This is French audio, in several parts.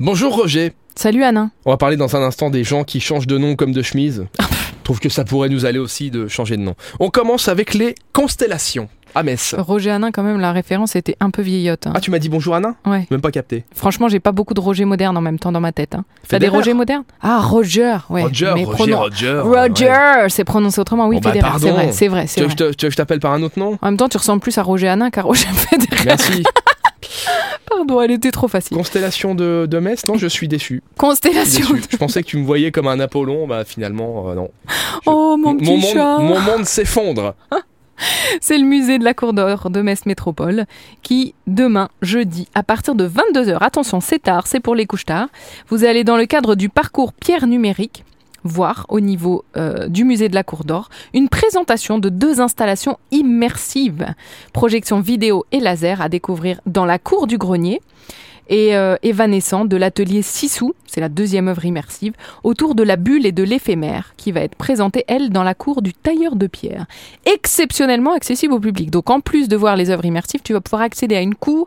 Bonjour Roger. Salut Anna. On va parler dans un instant des gens qui changent de nom comme de chemise. Je trouve que ça pourrait nous aller aussi de changer de nom. On commence avec les constellations à Metz. Roger Hanin, quand même, la référence était un peu vieillotte. hein. Ah, tu m'as dit bonjour Anna Ouais. Même pas capté. Franchement, j'ai pas beaucoup de Roger moderne en même temps dans ma tête. hein. T'as des Federer. Roger modernes Ah, Roger, ouais. Roger, mais Roger, pronon- Roger. Roger, ouais. c'est prononcé autrement, oui, Bon, bah, Federer, c'est pardon. vrai, c'est vrai, Tu c'est veux, vrai. que je te- tu veux que je t'appelle par un autre nom En même temps, tu ressembles plus à Roger Hanin qu'à Roger Federer. Merci. Pardon, elle était trop facile. Constellation de, de Metz Non, je suis déçu. Constellation. Déçu. Je pensais que tu me voyais comme un Apollon. Bah finalement, euh, non. Oh, mon M- petit monde, chat. mon monde s'effondre. C'est le musée de la Cour d'Or de Metz Métropole qui, demain, jeudi, à partir de 22h, attention, c'est tard, c'est pour les couches tard, vous allez dans le cadre du parcours pierre numérique voir au niveau euh, du musée de la Cour d'Or une présentation de deux installations immersives, projection vidéo et laser à découvrir dans la cour du grenier et euh, évanescent de l'atelier Sissou, c'est la deuxième œuvre immersive, autour de la bulle et de l'éphémère qui va être présentée, elle, dans la cour du tailleur de pierre exceptionnellement accessible au public. Donc en plus de voir les œuvres immersives, tu vas pouvoir accéder à une cour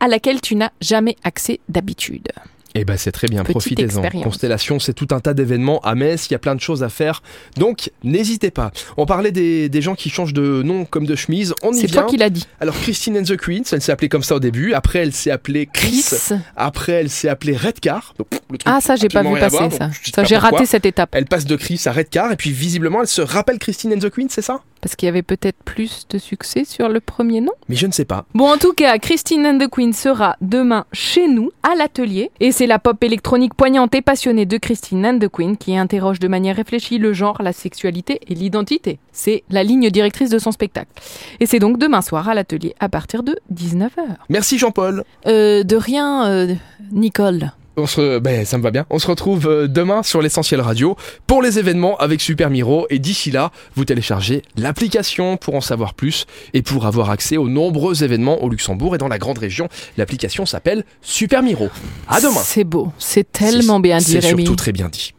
à laquelle tu n'as jamais accès d'habitude. Eh ben c'est très bien, Petite profitez-en. expérience. Constellation, c'est tout un tas d'événements à Metz, il y a plein de choses à faire, donc n'hésitez pas. On parlait des, des gens qui changent de nom comme de chemise, on y C'est vient. toi qui l'as dit. Alors Christine and the Queens, elle s'est appelée comme ça au début, après elle s'est appelée Chris, Chris. après elle s'est appelée Redcar. Donc, pff, le truc, Ah ça j'ai pas absolument vu rien à passer voir, ça. donc je sais Ça pas j'ai raté pourquoi. cette étape Elle passe de Chris à Redcar, et puis visiblement elle se rappelle Christine and the Queens, c'est ça parce qu'il y avait peut-être plus de succès sur le premier nom. Mais je ne sais pas. Bon en tout cas, Christine and the Queen sera demain chez nous à l'atelier et c'est la pop électronique poignante et passionnée de Christine and the Queen qui interroge de manière réfléchie le genre, la sexualité et l'identité. C'est la ligne directrice de son spectacle. Et c'est donc demain soir à l'atelier à partir de 19h. Merci Jean-Paul. Euh, de rien, euh, Nicole. On se, re- ben, ça me va bien. On se retrouve euh, demain sur l'essentiel radio pour les événements avec Super Miro. Et d'ici là, vous téléchargez l'application pour en savoir plus et pour avoir accès aux nombreux événements au Luxembourg et dans la grande région. L'application s'appelle Super Miro. À demain. C'est beau, c'est tellement bien dit, C'est Rémi. surtout très bien dit.